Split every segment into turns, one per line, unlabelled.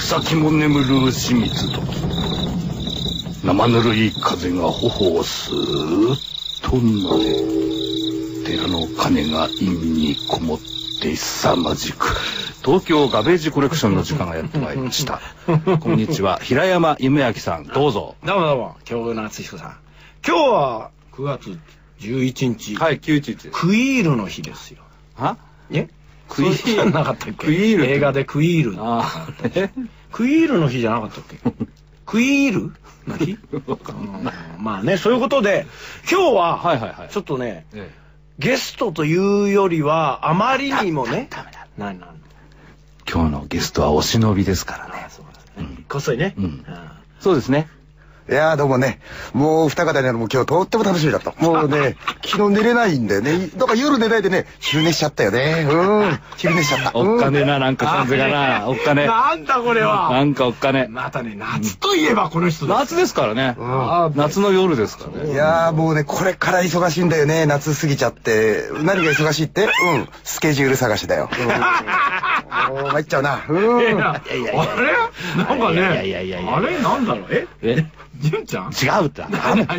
先も眠る牛蜜時生ぬるい風が頬をスーッとなで寺の鐘が陰にこもって凄まじく東京ガベージコレクションの時間がやってまいりました こんにちは平山夢明さんどうぞ
どうもどうも、京野敦彦さん。今日は9月11日、
はい、911です。
クイールの日ですよ。
は
え
クイール
そうじゃなかったっけ
クイールって
映画でクイール。
ああ、ね。
クイールの日じゃなかったっけクイールの日
わかんない
うんまあね、そういうことで、 今日は、
はいはいはい
ちょっとね、
え
ゲストというよりは、あまりにもね、
ダメだ
何なん
今日のゲストはお忍びですからね
だ、そうだね。こっそりね。
うん
あ
そうですね。
いやーどうもね、もう二方になるもう今日とっても楽しみだった。も うね、昨日寝れないんだよね。だから夜寝ないでね、昼寝しちゃったよね。うん。昼寝しちゃった。
おっかねえ
うん
な、なんか感じがな。おっかねえ。
なんだこれ
な
は。
んかおっかねえ。
またね、夏といえばこの人だ。
夏ですからね。
あ
夏の夜ですから
い
ね。
やーもうね、これから忙しいんだよね。夏過ぎちゃって。何が忙しいってうん。スケジュール探しだよ。 うん。もう参っちゃうな。うん。
いやいやいやあれなんかね、
いやいやいやいや
あれなんだろうえ
え
純ちゃん
違う って。ダメ。ダ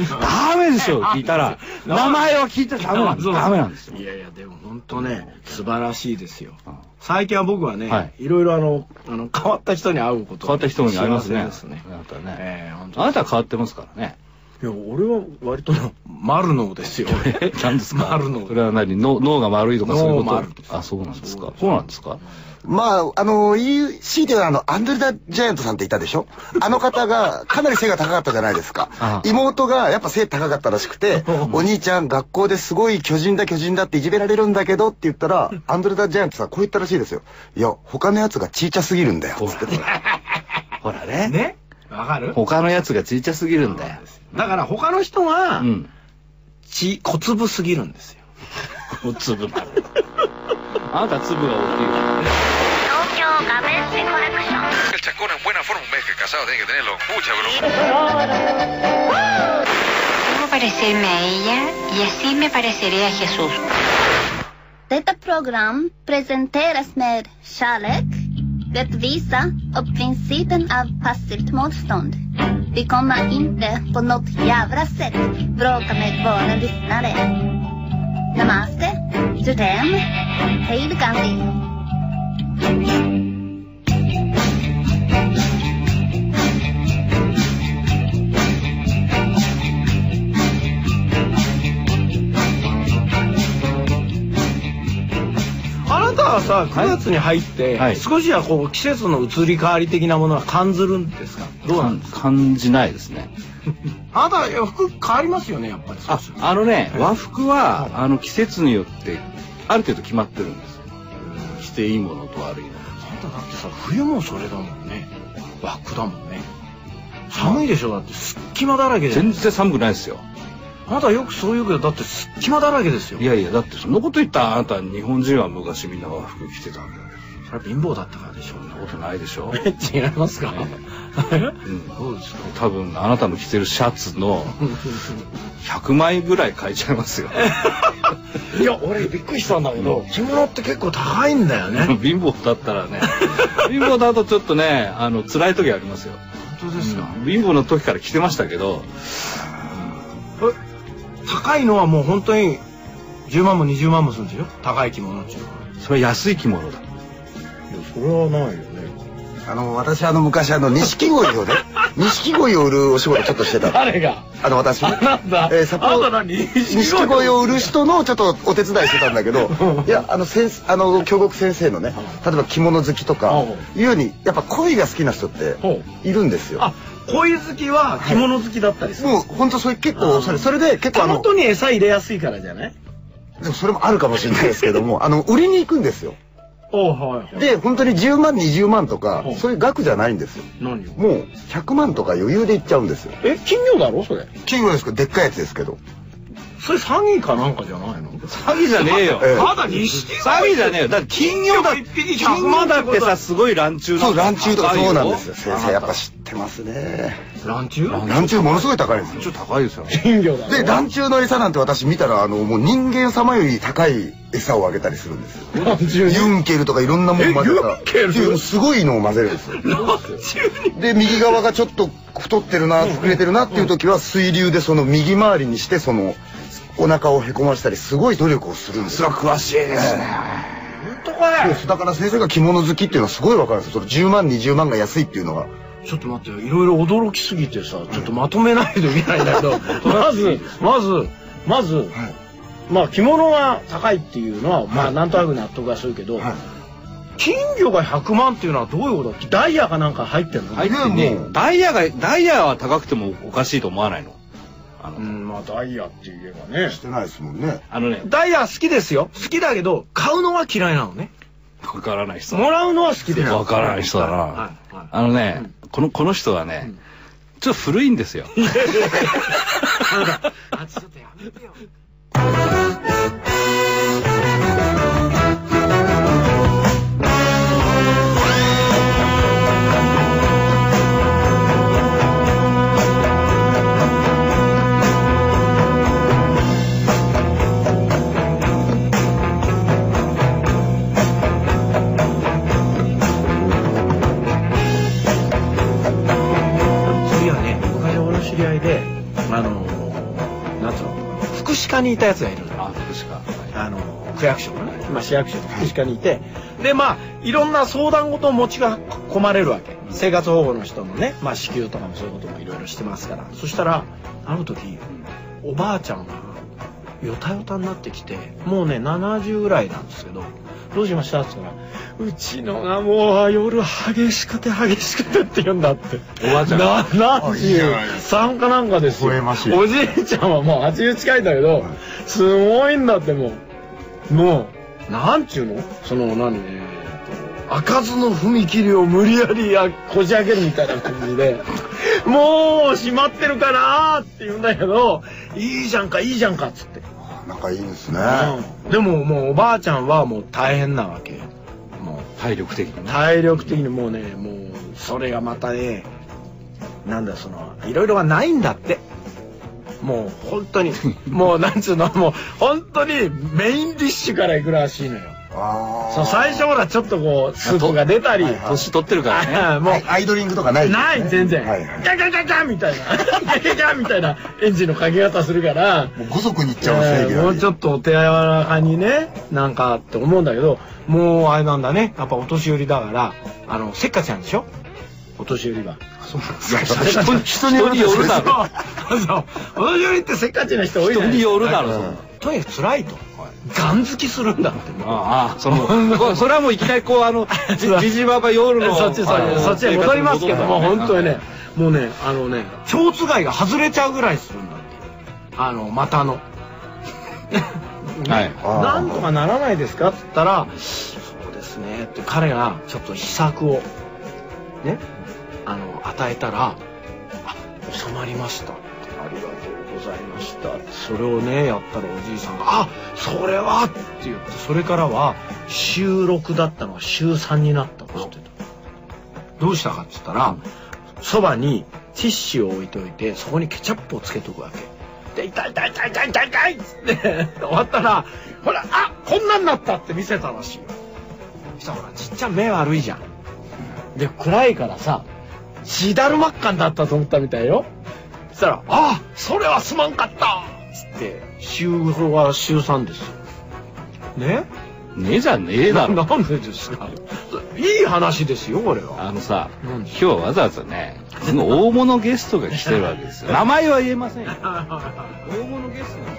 メでしょ、聞いたら。名前は聞いたらダメなんです。
そう
ダメなんですよ。
いやいや、でも本当ね、素晴らしいですよ。最近は僕はね、、
はい
ろいろあの、あの、変わった人に会うこと
変わった人に会いますね。
幸せですね。
あなたね。
ええ本当
あなたは変わってますからね。
いや、俺は割とねマルノーですよ。
え 何ですか
丸の
それは何脳脳が丸いとかそういうこ
脳
と
丸です
あ、そうなんですか。そうなんですか
まあ、あの、言い、強いて言うのはあの、アンドレ・ダ・ジャイアントさんっていたでしょあの方が、かなり背が高かったじゃないですか。
ああ
妹が、やっぱ背高かったらしくて、お兄ちゃん、学校ですごい巨人だ、巨人だっていじめられるんだけどって言ったら、アンドレ・ダ・ジャイアントさん、こう言ったらしいですよ。いや、他のやつがちいちゃすぎるんだよ。つって
ほらね。
ねわかる
他のやつがちっちゃすぎるんだよ。
だから他の人は
う、ん。
ち、小粒すぎるん ですよ。
お粒だ。あなた粒が大きいわ。
東京ガベッジコレクション
El chacón en buena forma, un mes que casado tiene que tenerlo. Mucha velocidad.
Debo parecerme a ella y así me pareceré a Jesús.
Detta program presenteras med kärlek, rättvisa och principen av passivt motstånd. Vi kommer inte på något jävla sätt bråka med våra lyssnare. Namaste, Judem, Hej Gandhi.
あなたはさ、9月に入って、
はい
少しはこう季節の移り変わり的なものは感ずるんですかどうなんですか
感じないですね。
あなたいや服変わりますよねやっぱり
あ、あのね、和服は、あの、季節によって、ある程度決まってるんですよ。着ていいものと悪いも
あなただってさ冬もそれだもんね和服だもんね寒いでしょだって隙間だらけ
の。
じゃ
全
ん
然寒くないですよ。
あなたよくそう言うけどだって隙間だらけですよ
いやいや、だってそんなこと言ったらあなた日本人は昔みんな和服着てたんだけど、
それは貧乏だったからでしょ
そんなことないでし ょ。
う違いますか、
うん
そうですか
多分あなたの着てるシャツの100枚ぐらい買えちゃい ますよ
いや俺びっくりしたんだけど着物って結構高いんだよね
貧乏だったらね貧乏だとちょっとねあの辛い時ありますよ
本当ですか、
貧乏の時から着てましたけど
え高いのはもう本当に10万も20万もするんですよ高い着物っていうのは
それは安い着物だ
それはないよね
あの、私、あの、昔、あの、錦鯉をね、錦鯉を売るお仕事ちょっとしてたの。
誰が
あの、私ね。
なんだ
えー札幌
あなた何
錦鯉を売る人のちょっとお手伝いしてたん だけどいやあの先生あの京極先生のね例えば着物好きとか
う
いうようにやっぱ鯉が好きな人って
ほ
いるんですよ
あ恋好きは着物好きだったりする、
もう本当それ結構それそれで結
手
構あの
元に餌入れやすいからじゃない
でもそれもあるかもしれないですけど もあの売りに行くんですよ
おはいで
で本当に10万20万とか
うん
そういう額じゃないんですよ
何を
もう100万とか余裕で行っちゃうんですよ
え金魚だろそれ
金魚ですけどでっかいやつですけど
それ詐欺かなんかじゃないの
詐欺じゃねえよ
ええ
まだ錦
詐欺じゃねえよだって金魚だ
金魚一匹100
金魚
万
だってさすごい乱中
そう乱中とかそうなんですよ
高い
先生やっぱ知ってますね
ランチュ
乱中ものすごい高いですよ
ちょっと高いですよ
金魚だ
で、
ろ
団中の餌なんて私見たら、あの、もう人間様より高い餌をあげたりするんですよ
何十
ユンケルとかいろんなもん混ぜたら
えユンケル
っていうすごいのを混ぜるんですよで右側がちょっと太ってるな膨れてるなっていう時は水流でその右回りにしてそのお腹をへこましたりすごい努力をするんですよ
詳しいですね。本当か
そう
い
ですだから先生が着物好きっていうのはすごいわかるんですよその10万20万が安いっていうのが
ちょっと待ってよ。いろいろ驚きすぎてさ、ちょっとまとめないといけないんだけど、 まず、まず、まず、
はい
まあ着物が高いっていうのは、まあなんとなく納得がするけど、
はい
金魚が100万っていうのはどういうことダイヤかなんか入ってんの、
入って
いや
ね
もう
ダイヤがダイヤは高くてもおかしいと思わないのあの,、
うん、まあダイヤって言えばね
し。てないですもんね
あのね
ダイヤ好きですよ。好きだけど、買うのは嫌いなの ね。
わからない人
もらうのは好きです。
わからない人だな、
はいはい
あのね、このこの人はね、ちょっと古いん ですよ
あちょっとやめてよ。次はね昔俺の知り合いであのなんつうの福祉課にいたやつがいるのよ
あ福祉か、はい
あの区役所のね今市役所の福祉課にいてでまあいろんな相談事を持ちが込まれるわけ生活保護の人のね、まあ、支給とかもそういうこともいろいろしてますからそしたらあの時おばあちゃんがよたよたになってきてもうね70ぐらいなんですけど「どうしました?」って言ったら「うちのがもう夜激しくて激しくて」って言うんだって
おばあちゃんが
73かなんかですよ
微笑ましい
おじいちゃんはもう80近いんだけどすごいんだってもうもうなんちゅうのその何ね開かずの踏切を無理やりやこじ開けるみたいな感じでもう閉まってるかなーって言うんだけどいいじゃんかいいじゃんかっつって、
仲いいですね
でももうおばあちゃんはもう大変なわけもう
体力的にね
体力的にもうねもうそれがまたねなんだそのいろいろがないんだってもう本当 にもうなんつうのもう本当にメインディッシュからいくらしいのよ
あー
そう最初ほらちょっとこうスープが出たり、
はいはい
年取ってるから ね
もう
アイドリングとかないですね
ない全然、
はいはい
ガガガガみたいな ガガガみたいなエンジンのかけ方するから
もう五足に行っちゃうんですねいき
えー
なり
もうちょっとお手柔らかにねなんかって思うんだけどもうあれなんだねやっぱお年寄りだからあのせっかちなんでしょお年寄りが。
人に人によるだろ
そうそうお年寄りってせっかちな人多いじゃ
人
ない
によるだろ、
うん
そんな
とにかく辛いと。ガン好きするんだって。
ああそのこそれはもういきなりこうあのじじじばば夜の
そっちそっ
あの
ちそっちへ戻りますけども
生活
本当にねもうねあのね蝶つがいが外れちゃうぐらいするんだってあの股の。
はい
なんとかならないですかって言ったら「そうですね」って彼がちょっと秘策をねあの与えたら「あ収まりました」って「ありがとうございました」ってそれをねやったらおじいさんが「あそれは!」って言ってそれからは週6だったのが週3になったのってたどうしたかって言ったらそばにティッシュを置いておいてそこにケチャップをつけとくわけ。で痛い痛い痛い痛い痛い痛いっつって終わったらほらあこんなんなったって見せたらしいよそしたらほらちっちゃい目悪いじゃんで暗いからさ血だるまっかんだったと思ったみたいよそしたら「あそれはすまんかった!」っつって週5は週3ですよね
ねえじゃねえだ
な
ろ
なんでですかいい話ですよこれは
あのさ
なん
今
で
日はわざわざねその大物ゲストが来てるわけですよ名前は言えませんよ大物ゲストの人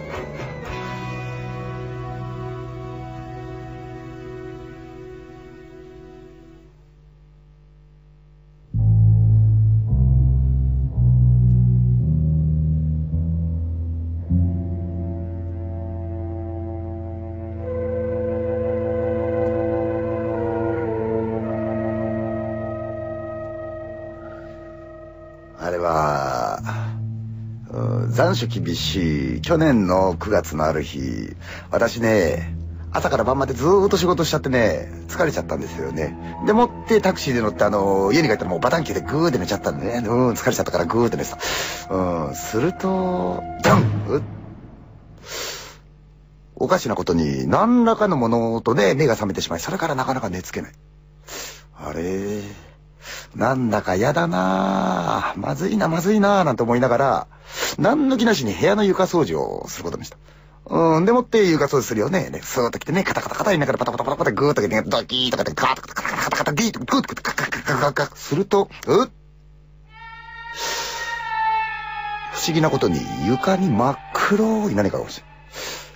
あれは、うん残暑厳しい、去年の9月のある日、私ね、朝から晩までずーっと仕事しちゃってね、疲れちゃったんですよね。でもってタクシーで乗って、あの、家に帰ったらもうバタンキューでグーって寝ちゃったんでね、うん、疲れちゃったからグーって寝てた。うん、すると、ダンうっおかしなことに何らかのものとね、目が覚めてしまい、それからなかなか寝つけない。あれなんだか嫌だなぁ。まずいな、まずいなぁ、なんて思いながら、何の気なしに部屋の床掃除をすることにした。うん、でもって床掃除するよね。ね、スーッと来てね、カタカタカタ言いながらパタパタパタパタグーッと来てね、ドキーとかでガーッとカタカタカタカタギーッとグーッとカタカタカタカタカタすると、うっ不思議なことに床に真っ黒い何かが落ちてる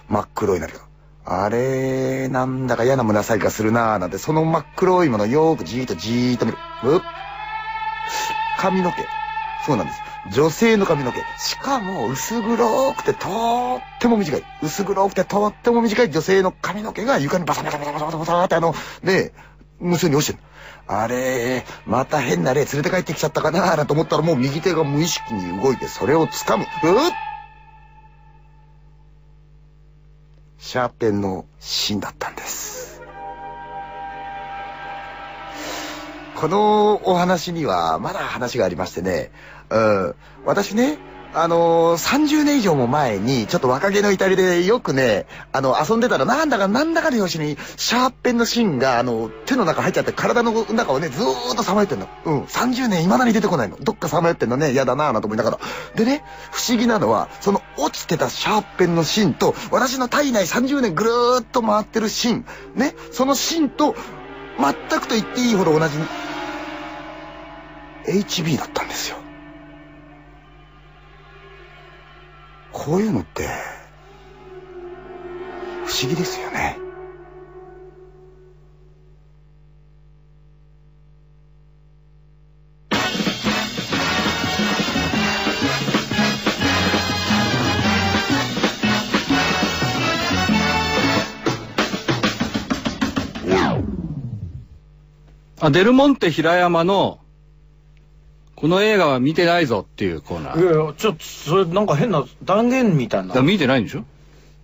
真っ黒い何かあれなんだか嫌な胸騒ぎがするなーなんてその真っ黒いものをよーくじーっとじーっと見るうっ髪の毛そうなんです女性の髪の毛しかも薄黒くてとーっても短い薄黒くてとーっても短い女性の髪の毛が床にバサバサバサバサバサバサってあのね無数に落ちてるあれまた変な霊連れて帰ってきちゃったかなーなんて思ったらもう右手が無意識に動いてそれを掴むうっシャーペンの芯だったんです。このお話にはまだ話がありましてね、うん、私ね、あのー30年以上も前に、ちょっと若気の至りでよくね、あの、遊んでたらなんだかなんだかの拍子に、シャーペンの芯が、あの、手の中入っちゃって体の中をね、ずーっとさまよってんの。うん、30年未だに出てこないの。どっかさまよってんのね、嫌だなぁなと思いながら。でね、不思議なのは、その落ちてたシャーペンの芯と、私の体内30年ぐるーっと回ってる芯、ね、その芯と、全くと言っていいほど同じに、HB だったんですよ。こういうのって、不思議ですよね。
あ、デルモンテ平山の、この映画は見てないぞっていうコーナー。
い
だ
や
か
いや、ちょっと、それなんか変な断言みたいな
ら。見てないんでしょ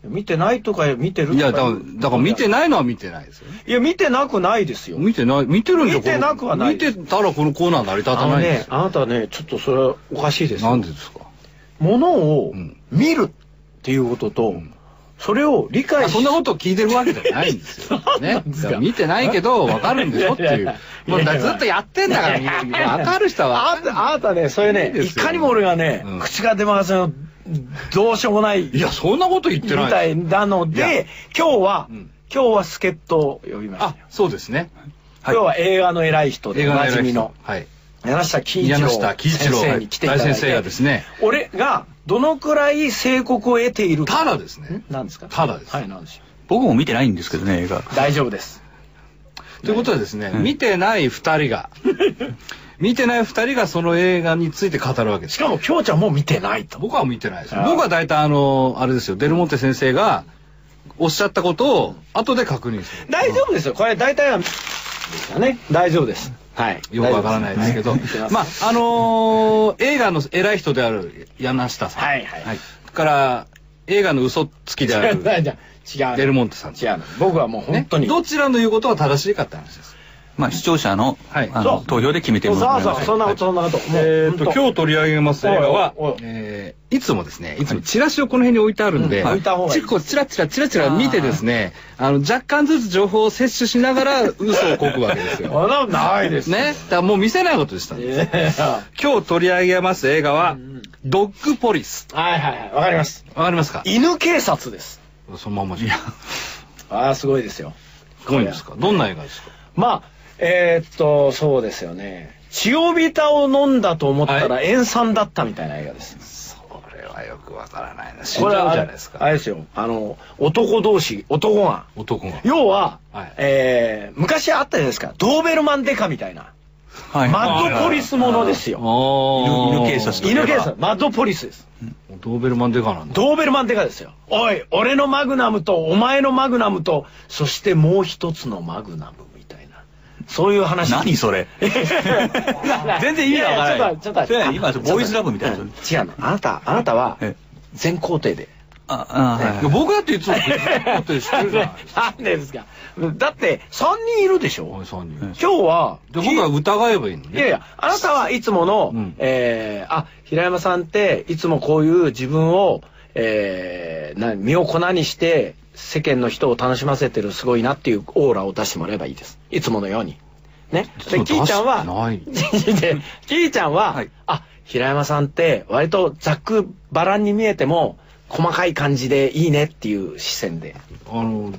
見てないとか見てる
い
とか。
や、だから、だから見てないのは見てないですよね。
いや、見てなくないですよ。
見てない、見てるんじゃ
見てなくはない
この見てたらこのコーナー成り立たないんですよ。
あのね、あなたね、ちょっとそれはおかしいですよ。
なんでですか
ものを
うん
見るっていうことと、
ん
それを理解
あそんなことを聞いてるわけじゃないん ですよ。ね。
んですか
だから見てないけど、わかるんでしょって
いやい
い
や
う
い。や
もうだずっとやってんだからみんな、わかる人はわ
あな
かる。
たあなたね、それ
いい
ね、
で
い
すよ
かにも俺がね、
うん
口が出ませんの、どうしようもない
いや、そんなこと言って
み
ない
たいなの
いや
で、今日は、
うん
今日は助っ人を呼びましたよ
あ、そうですね。
今日は映画の偉い人でおなじみの
はい。
柳下喜一郎
柳下喜一
先
郎
生に来ていた
大
だい
先
て
生がですね、
俺がどのくらい成功を得ているか
ただですね
ん。なんですか
ただです
はいなんでしょ
僕も見てないんですけどね、映画。
う大丈夫です
ということはですね、見てない二人 が、見てない二人がその映画について語るわけです
し。かもきょうちゃんも見てないと
僕は見てないですよ
あ。あ
僕は大体あの、あれですよ、デルモンテ先生がおっしゃったことを後で確認する。
大丈夫ですよこれ大体はですよね大丈夫ですはい
よくわからないですけど、
大丈夫ですはい
まあ、あのー映画の偉い人である柳下さん。
はいはい
から、映画の嘘つきであ
違
る
う違う違う
デルモンテさん。
違うの僕はもう本当に、
ねどちらの言うことが正しいかって話です。
まあ、視聴者の,、
はい
あ
そ
の
う
投票で決めて
そう
も
そ
ら
う
い
そ
ま
う
す。
そんなことそんなこともう
えー、と
本当
今日取り上げます映画は
おいおいおい、
えーいつもですねいつもチラシをこの辺に置いてあるんで、
うん置いた方がいい
ちこうチラチラチラチラ見てですねあの若干ずつ情報を摂取しながら嘘をこくわけですよ。
そんなことないですよ
ね、だからもう見せないことでしたん
い
です。
や
今日取り上げます映画は、
ん
ドッグポリス。
はいはいはいわかります
わかりますか
犬警察です
そのまんまじゃん。
ああすごいですよ
すごいんですかどんな映画ですか
まあえーっとそうですよね血をびたを飲んだと思ったら
は
塩酸だったみたいな映画です。
これはよくわからないな。死ん
こ
じ
れ
ゃう
は
じゃないです
あれあ
か。
れですよ。あの、男同士、男が。
男が。
要は、
はい
えー昔あったじゃないですか。ドーベルマンデカみたいな。
はい
マッドポリスものですよ。
おー
犬犬警察と
犬警察、マッドポリスです。
ドーベルマンデカなんだ。
ドーベルマンデカですよ。おい、俺のマグナムと、お前のマグナムと、そしてもう一つのマグナムみたいな。そういう話。
何それ 全然意味がわからない。
ややちょっと待って、ちょっと待って。
今、ボーイズラブみたいな。
違うの。あなた、あなたは
え、
全皇帝で。
あ、あはい
いや僕だっていつもこうやって知ってるじゃない。
なんでですか。だって、3人いるでし
お
ょ
いさんに。
うん
今日は、
で僕は疑えばいいの
い
ね。
やいや、あなたはいつもの、
うん
えー、あ、平山さんって、いつもこういう自分を、えーな身を粉にして世間の人を楽しませてるすごいなっていうオーラを出してもらえばいいですいつものようにね
そ
で
う
キーちゃんは
出してない
でキーちゃんは、
はい
あ平山さんって割とざっくばらんに見えても細かい感じでいいねっていう視線で
あの、
はい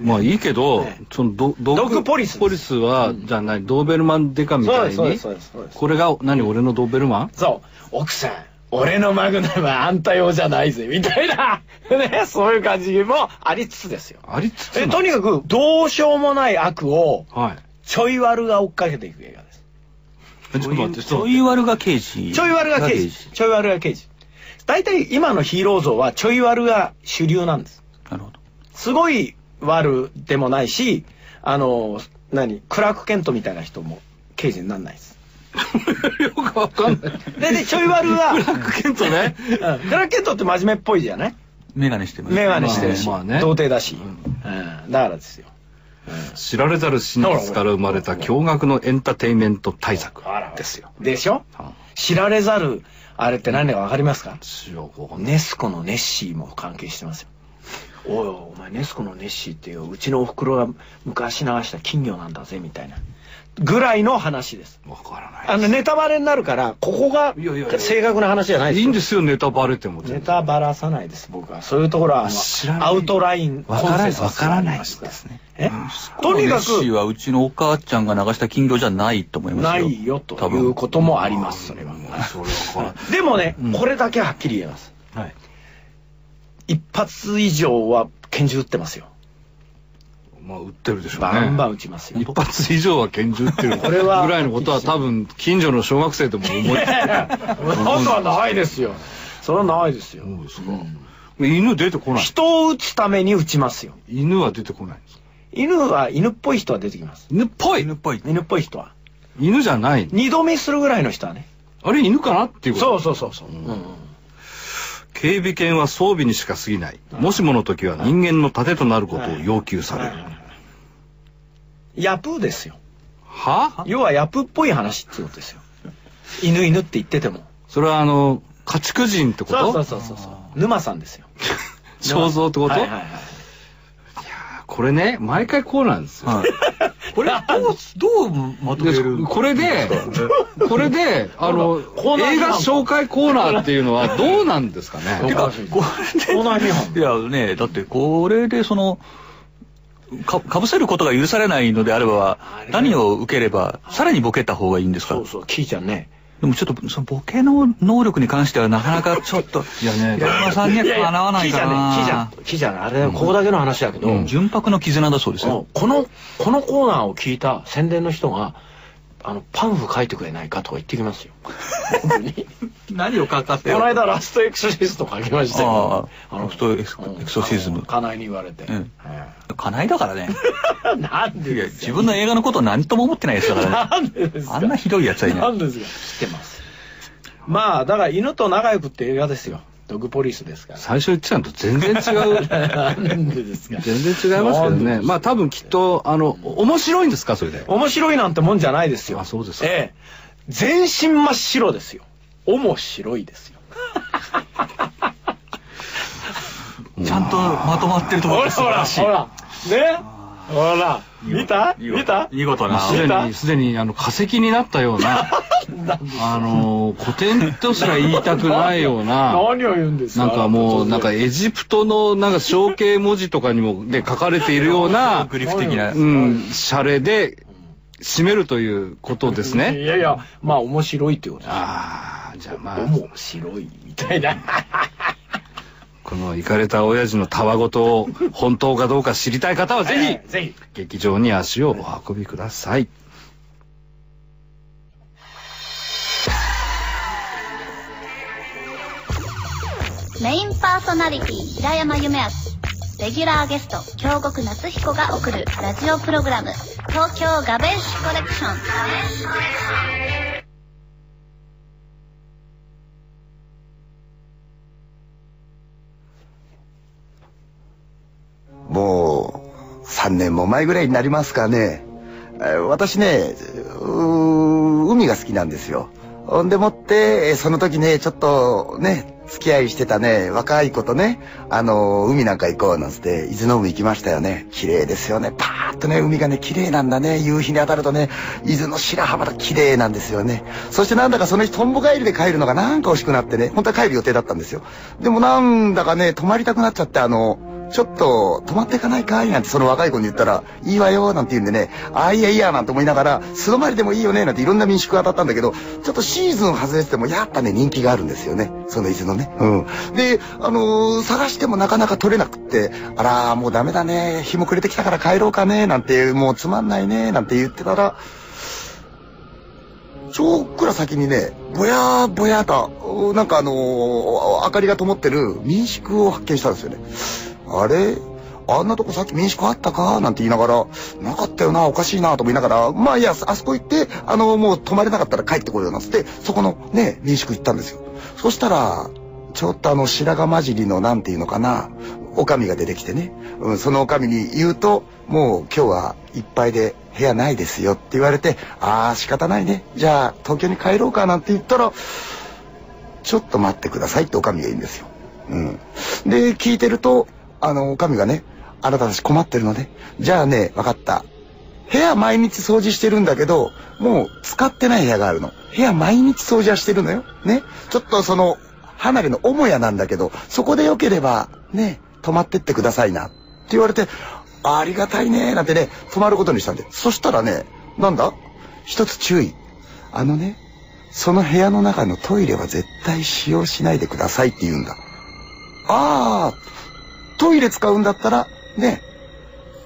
まあいいけど、
ええ
そのド、
ドッグポリスです
ポリスは、じゃあ何、ドーベルマンデカみたいに、
そうですそうですそうです
これが何、俺のドーベルマン
そう、奥さん、俺のマグナムはあんた用じゃないぜ、みたいな、 ね、そういう感じもありつつですよ。
ありつつ
え
な
とにかく、どうしようもない悪を、
はい。
ちょい悪が追っかけていく映画です。
えちょっと待って、
ちょ
ちょっ
い悪が刑事。
ちょい悪が刑事。ちょい悪が刑事。大体今のヒーロー像はちょい悪が主流なんです。
なるほど。
すごい悪でもないし、あの、何、クラーク・ケントみたいな人も刑事になんないです。
とよくわかんない。
で、で、ちょい悪は、クラー
クケントね
クラーク・ケントって真面目っぽいじゃない
メガネしてます。
メガネしてるし、
まあね
童貞だし、
う
うん、だからですよ。
知られざる真実から生まれた驚愕のエンターテインメント対策ですよ。
でしょ
はあ
知られざる、あれって何だかわかりますか
しようこうね。
ネスコのネッシーも関係してますよ。おいおいお前ネスコのネッシーっていううちのお袋が昔流した金魚なんだぜみたいなぐらいの話です
わからない。
あのネタバレになるからここが
いやいやいや
正確な話じゃな
い
いです
い
よ
んですよ、ネタバレても。
ネタバラさないです僕はそういうところはあ
知らな
の
い
アウトライン
わからな
コン
い、
センサ
わ
ス
からないですね。
えとにか
ネッシー
く
はうちのお母ちゃんが流した金魚じゃないと思います
な
よ。
いよと
多
いう
分。
こともありますそれは
それはわからない。
でもね、
うん
これだけはっきり言えます
はい。
一発以上は拳銃撃ってますよ
まあ、売ってるでしょうね。
バンバン撃ちますよ、
一発以上は拳銃ってる
これは
ぐらいのことは多分近所の小学生でも思いつ
そんなのないですよそれはないですよ、
そうですか犬出てこない
人を撃つために撃ちますよ
犬は出てこないんですか
犬は犬っぽい人は出てきます
犬っぽい
犬っぽい。
犬っぽい人は
犬じゃない
二度見するぐらいの人はね
あれ犬かなっていうこと
そうそうそうそう、
ん
うんうん
警備犬は装備にしか過ぎないもしもの時は人間の盾となることを要求される
ヤプーですよ
は
要はヤプーっぽい話っていうことですよ犬犬って言ってても
それはあの家畜人ってこ
そう
と
そうそうそうそう沼さんですよ
肖像ってこと、
はいはいはい
これね毎回こうなんですよ、
はい。これ、どう、どうまとめる
でこれで、これで、あの、
コーナー批
映
判
画紹介コーナーっていうのはどうなんですかね
てか
これで
コーナー批判
いやね、だってこれでその、か、かぶせることが許されないのであれば
あれ、
何を受ければ、さらにボケた方がいいんですか
そ
ら
う。そうキーちゃんね
でもちょっと、そのボケの能力に関してはなかなかちょっと、
いやね
平山さんにはかなわないか
木じゃ
な
ね、。木じゃん、木じゃん、あれだよ、ここだけの話だけど、
う
じ
純白の絆だそうです
あの
よ。
この、このコーナーを聞いた宣伝の人が、あの、パンフ書いてくれないかとか言ってきますよ。本当に
何を書かせ
この間、ラストエクソシスト書きましたよ。
ああラストエクソ
うん
エクソシズム
あの家内に言われて。
うん
え
家内だからね。
え なんで
いや、
です
自
よ
分の映画のことは何とも思ってないです からね。
なんでですか
あんなひどいやつはいな。
ないんですか知ってます。まあ、だから、犬と仲良くって映画ですよ。ドッグポリスですから。
最初言ってたのと全然違 う。
なんでですか
全然違いますけど
なんでです
ね。
か
まあ多分きっと、あの、面白いんですか、それで。
面白いなんてもんじゃないですよ。
あそうですか
ええ。全身真っ白ですよ。面白いですよ。
ちゃんとまとまってるとこ ろ
ほ
が
ら
素
ほ
晴
ら
らしい。
ほら。ねほら。見た見た
見事な。
すで
見た
に、すでに、あの、化石になったような、あの、古典とすら言いたくないような、
何を言うんですか
なんかもう、なんか
い
エジプトの、なんか象形文字とかにも、で書かれているような、
グリフ的な
う。ん、シャレで、締めるということですね。
やいや、まあ面白いってことです。
ああ、じゃあまあ、
面白いみたい な。
このイカれた親父のたわごとを本当かどうか知りたい方はぜ
ひ、ぜひ。
ひ、劇場に足をお運びください。
メインパーソナリティ平山夢明レギュラーゲスト京極夏彦が送るラジオプログラム「東京ガベッシュコレクション」
もう、3年も前ぐらいになりますかね。えー私ね、うー海が好きなんですよ。ほんでもって、えーその時ね、ちょっとね、付き合いしてたね、若い子とね、あのー海なんか行こうなんつって、伊豆の海行きましたよね。綺麗ですよね。パーッとね、海がね、綺麗なんだね。夕日に当たるとね、伊豆の白浜が綺麗なんですよね。そしてなんだかその日、トンボ帰りで帰るのがなんか惜しくなってね、本当は帰る予定だったんですよ。でもなんだかね、泊まりたくなっちゃって、あの、ちょっと、泊まっていかないかいなんてその若い子に言ったら、いいわよなんて言うんでね、ああ、いやいやなんて思いながら、素泊まりでもいいよねなんていろんな民宿が当たったんだけど、ちょっとシーズン外れてても、やっぱね、人気があるんですよね。その伊豆のね。うん。で、あのー探してもなかなか取れなくって、あらー、もうダメだね。日も暮れてきたから帰ろうかね。なんて、もうつまんないね。なんて言ってたら、ちょっくら先にね、ぼやーぼやーと、なんかあのー明かりが灯ってる民宿を発見したんですよね。あれあんなとこさっき民宿あったかなんて言いながら、なかったよな、おかしいなと思いながら、まあいいや、あそこ行って、あの、もう泊まれなかったら帰ってこようなんつって、そこのね、民宿行ったんですよ。そしたら、ちょっとあの、白髪混じりの、なんていうのかな、おかみが出てきてね、うん、そのおかみに言うと、もう今日はいっぱいで部屋ないですよって言われて、ああ、仕方ないね。じゃあ、東京に帰ろうかなんて言ったら、ちょっと待ってくださいっておかみが言うんですよ。うん。で、聞いてると、あの、おかみがね、あなたたち困ってるのね。じゃあね、わかった。部屋毎日掃除してるんだけど、もう使ってない部屋があるの。部屋毎日掃除はしてるのよ。ね。ちょっとその、離れの母屋なんだけど、そこでよければ、ね、泊まってってくださいな。って言われて、ありがたいね、なんてね、泊まることにしたんで。そしたらね、なんだ一つ注意。あのね、その部屋の中のトイレは絶対使用しないでくださいって言うんだ。ああ、トイレ使うんだったら、ね、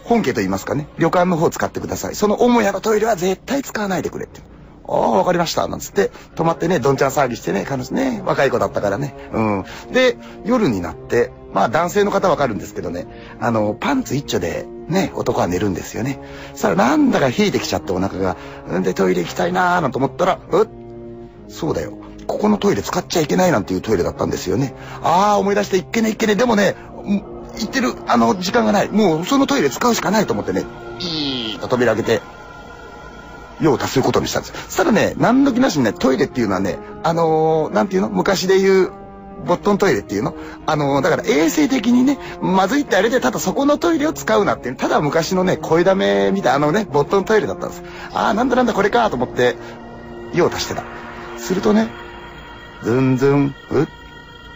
本家と言いますかね、旅館の方使ってください。その母屋のトイレは絶対使わないでくれって。ああ、わかりました。なんつって、泊まってね、どんちゃん騒ぎしてね、彼女ね、若い子だったからね。うん。で、夜になって、まあ男性の方わかるんですけどね、あの、パンツ一丁で、ね、男は寝るんですよね。そしたらなんだか冷えてきちゃってお腹が、んでトイレ行きたいなーなんて思ったら、うっそうだよ。ここのトイレ使っちゃいけないなんていうトイレだったんですよね。ああ、思い出して、いっけねいっけね。でもね、ん行ってる、あの、時間がない。もう、そのトイレ使うしかないと思ってね、いーっと扉開けて、用を足すことにしたんですよ。そしたらね、何の気なしにね、トイレっていうのはね、あのーなんていうの昔で言う、ボットントイレっていうのあのーだから衛生的にね、まずいってあれで、ただそこのトイレを使うなっていう、ただ昔のね、声だめみたいな、あのね、ボットントイレだったんです。ああ、なんだなんだこれかと思って、用を足してた。するとね、ずんずん、うっ、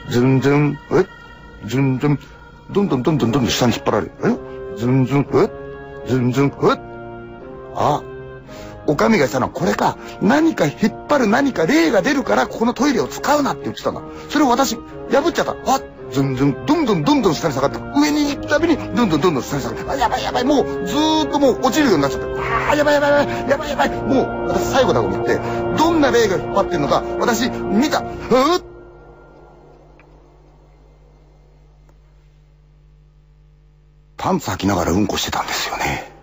ずんずん、うっ、ずんずん、どんどんどんどんどんどん下に引っ張られる。えずんずん、うっ、ずんずん、うっ。あ、おかみがしたのはこれか。何か引っ張る何か霊が出るから、ここのトイレを使うなって言ってたんだ。それを私、破っちゃった。あずんずん、どんどんどんどん下に下がって、上に行くたびに、どんどんどんどん下に下がって、あ、やばいやばい、もう、ずーっともう落ちるようになっちゃって、あーやばいやばいやばい、やばいやばい、もう、私最後だと思って、どんな霊が引っ張ってんのか、私、見た。うっパンツ履きながらうんこしてたんですよね。